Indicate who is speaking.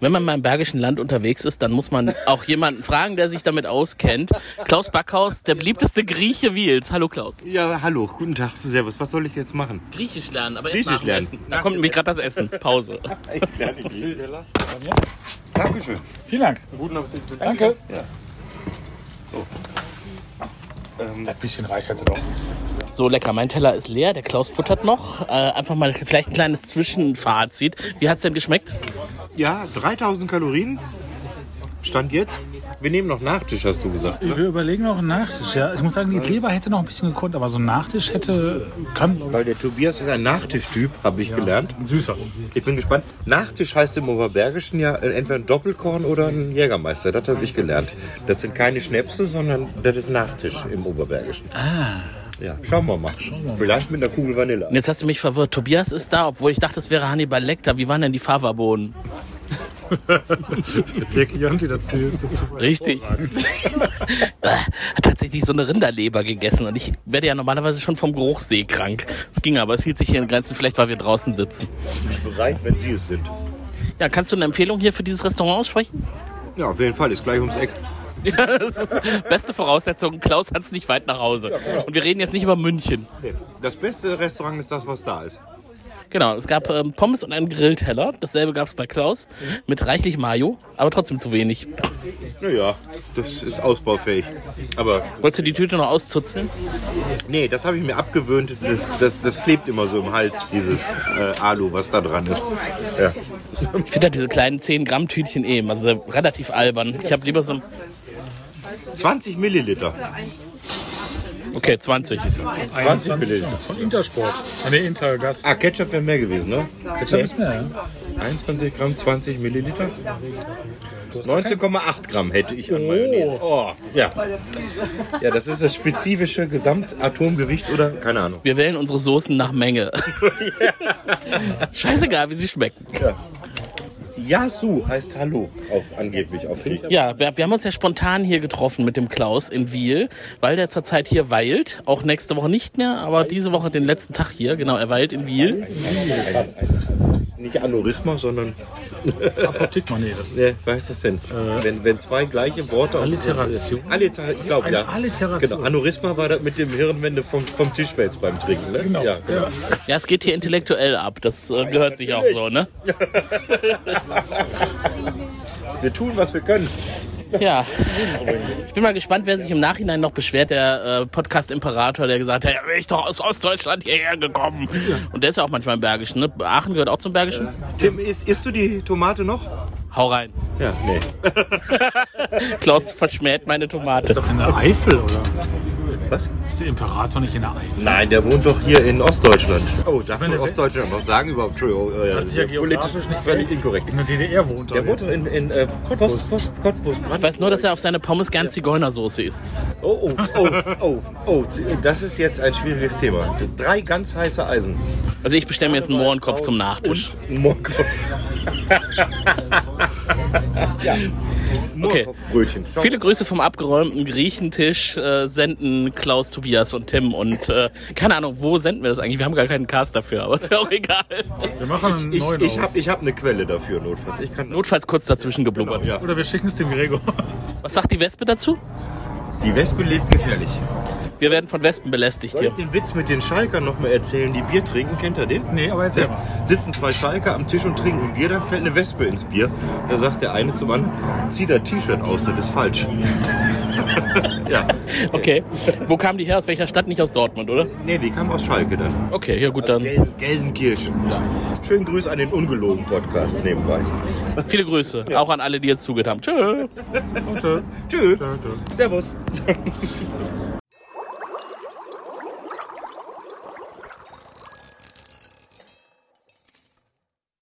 Speaker 1: wenn man mal im Bergischen Land unterwegs ist, dann muss man auch jemanden fragen, der sich damit auskennt. Klaus Backhaus, der beliebteste Grieche Wiels. Hallo Klaus.
Speaker 2: Ja, hallo, guten Tag, Servus. Was soll ich jetzt machen?
Speaker 1: Griechisch lernen, aber
Speaker 2: Griechisch
Speaker 1: erst nach dem
Speaker 2: lernen.
Speaker 1: Essen. Da kommt nämlich gerade das Essen. Pause.
Speaker 2: Ich lerne Griechisch. Dankeschön.
Speaker 3: Vielen Dank.
Speaker 2: Guten Appetit.
Speaker 3: Danke.
Speaker 2: Ähm,
Speaker 3: Ein bisschen reich hat sie doch.
Speaker 1: So lecker, mein Teller ist leer, der Klaus futtert noch. Äh, einfach mal vielleicht ein kleines Zwischenfazit. Wie hat's denn geschmeckt?
Speaker 2: ja, 3000 Kalorien. Stand jetzt. Wir nehmen noch Nachtisch, hast du gesagt. ne?
Speaker 3: Wir überlegen noch einen Nachtisch. Ja. Ich muss sagen, die Leber hätte noch ein bisschen gekonnt, aber so ein Nachtisch hätte. kann, glaube
Speaker 2: Weil der Tobias ist ein Nachtischtyp, habe ich gelernt.
Speaker 3: ich. Süßer.
Speaker 2: Ich bin gespannt. Nachtisch heißt im Oberbergischen ja äh, entweder ein Doppelkorn oder ein Jägermeister. Das habe ich gelernt. Das sind keine Schnäpse, sondern das ist Nachtisch im Oberbergischen. Ah. Ja, schauen wir mal. Vielleicht mit einer Kugel Vanille.
Speaker 1: Und jetzt hast du mich verwirrt. Tobias ist da, obwohl ich dachte, es wäre Hannibal Lecter. Wie waren denn die Fava-Bohnen?
Speaker 3: Der Chianti dazu. dazu
Speaker 1: Richtig. Äh, Hat tatsächlich so eine Rinderleber gegessen. Und ich werde ja normalerweise schon vom Geruchssee krank. Es ging aber, es hielt sich hier in Grenzen, vielleicht weil wir draußen sitzen.
Speaker 2: Bereit, wenn Sie es sind.
Speaker 1: Ja, kannst du eine Empfehlung hier für dieses Restaurant aussprechen?
Speaker 2: Ja, auf jeden Fall. Ist gleich ums Eck.
Speaker 1: Ja, das ist beste Voraussetzung. Klaus hat's nicht weit nach Hause. Und wir reden jetzt nicht über München.
Speaker 2: Das beste Restaurant ist das, was da ist.
Speaker 1: Genau, es gab ähm, Pommes und einen Grillteller. Dasselbe gab's bei Klaus mit reichlich Mayo, aber trotzdem zu wenig.
Speaker 2: Naja, das ist ausbaufähig. Aber
Speaker 1: Wolltest du die Tüte noch auszuzeln?
Speaker 2: nee, das habe ich mir abgewöhnt. Das, das, das klebt immer so im Hals, dieses äh, Alu, was da dran ist. Ja.
Speaker 1: Ich finde ja diese kleinen 10 Gramm Tütchen eh immer sehr relativ albern. Ich habe lieber so ein...
Speaker 2: 20 Milliliter.
Speaker 1: Okay, 20.
Speaker 2: 20 Milliliter.
Speaker 3: Von Intersport. Ah, nee, Intergast.
Speaker 2: Ah, Ketchup wäre mehr gewesen, ne?
Speaker 3: Ketchup ist mehr. ja.
Speaker 2: 21 Gramm, 20 Milliliter. 19,8 Gramm hätte ich an Mayonnaise. Oh, ja. Ja, das ist das spezifische Gesamtatomgewicht oder? Keine Ahnung.
Speaker 1: Wir wählen unsere Soßen nach Menge. Scheißegal, wie sie schmecken.
Speaker 2: Yasu heißt Hallo, auf, angeblich auf Griechisch.
Speaker 1: Ja, wir, wir haben uns ja spontan hier getroffen mit dem Klaus in Wiel, weil der zurzeit hier weilt. Auch nächste Woche nicht mehr, aber diese Woche den letzten Tag hier. Genau, er weilt in Wiel.
Speaker 2: Nicht Aneurysma, sondern
Speaker 3: Optik, man, nee, das ist.
Speaker 2: Ne, Wer weiß das denn? wenn, wenn zwei gleiche Worte. auf-
Speaker 3: Äh. Alliteration?
Speaker 2: Alliter, ich glaube,
Speaker 3: Eine
Speaker 2: ja.
Speaker 3: Alliteration.
Speaker 2: Genau. Aneurysma war das mit dem Hirnwende vom, vom Tischwälz beim Trinken. Ne? Genau. Ja, genau.
Speaker 1: Ja, es geht hier intellektuell ab. Das äh, gehört sich auch so, ne?
Speaker 2: Wir tun, was wir können.
Speaker 1: Ja. Ich bin mal gespannt, wer sich im Nachhinein noch beschwert. Der äh, Podcast-Imperator, der gesagt hat, ja, bin ich doch aus Ostdeutschland hierher gekommen. Und der ist ja auch manchmal im Bergischen, ne? Aachen gehört auch zum Bergischen.
Speaker 2: Tim, isst, isst du die Tomate noch?
Speaker 1: Hau rein.
Speaker 2: Ja, nee.
Speaker 1: Klaus verschmäht meine Tomate.
Speaker 3: Doch in der Eifel, oder?
Speaker 2: Was?
Speaker 3: Ist der Imperator nicht in der Eifel?
Speaker 2: Nein, der wohnt doch hier in Ostdeutschland. Oh, darf man
Speaker 3: der-
Speaker 2: Ostdeutschland noch sagen überhaupt? Entschuldigung. äh,
Speaker 3: Hat sich ja
Speaker 2: politisch
Speaker 3: geografisch nicht
Speaker 2: völlig inkorrekt.
Speaker 3: In der DDR wohnt er.
Speaker 2: Der wohnt doch in, in äh, Cottbus. Post, Post, Cottbus.
Speaker 1: Ich weiß nur, dass er auf seine Pommes gern Zigeunersoße isst.
Speaker 2: Oh, oh, oh, oh, oh, das ist jetzt ein schwieriges Thema. Drei ganz heiße Eisen.
Speaker 1: Also ich bestelle mir jetzt einen Mohrenkopf zum Nachtisch.
Speaker 2: Moorkopf. ja. Moorkopfbrötchen. Schau.
Speaker 1: Viele Grüße vom abgeräumten Griechentisch äh, senden Klaus, Tobias und Tim. Und äh, keine Ahnung, wo senden wir das eigentlich? Wir haben gar keinen Cast dafür, aber ist ja auch egal.
Speaker 3: Wir machen einen
Speaker 2: Ich,
Speaker 3: neuen
Speaker 2: ich
Speaker 3: auf.
Speaker 2: habe ich hab eine Quelle dafür, notfalls. Ich kann
Speaker 1: Notfalls kurz dazwischen geblubbert.
Speaker 2: ja.
Speaker 3: Oder wir schicken es dem Gregor.
Speaker 1: Was sagt die Wespe dazu?
Speaker 2: Die Wespe lebt gefährlich.
Speaker 1: Wir werden von Wespen belästigt
Speaker 2: Soll ich
Speaker 1: hier.
Speaker 2: den Witz mit den Schalkern nochmal erzählen, die Bier trinken? Kennt ihr den?
Speaker 3: Nee, aber erzähl mal.
Speaker 2: Sitzen zwei Schalker am Tisch und trinken Bier, da fällt eine Wespe ins Bier. Da sagt der eine zum anderen, zieh das T-Shirt aus, das ist falsch. ja.
Speaker 1: Okay. Wo kam die her? Aus welcher Stadt? Nicht aus Dortmund, oder?
Speaker 2: Nee, die kam aus Schalke dann.
Speaker 1: Okay, ja gut, dann
Speaker 2: Gelsen, Gelsenkirchen.
Speaker 1: Ja.
Speaker 2: Schönen Gruß an den ungelogen Podcast nebenbei.
Speaker 1: viele Grüße. Auch an alle, die jetzt zugehört haben. Tschö.
Speaker 3: Und, äh,
Speaker 2: Tschö.
Speaker 3: tö, tö.
Speaker 2: Servus.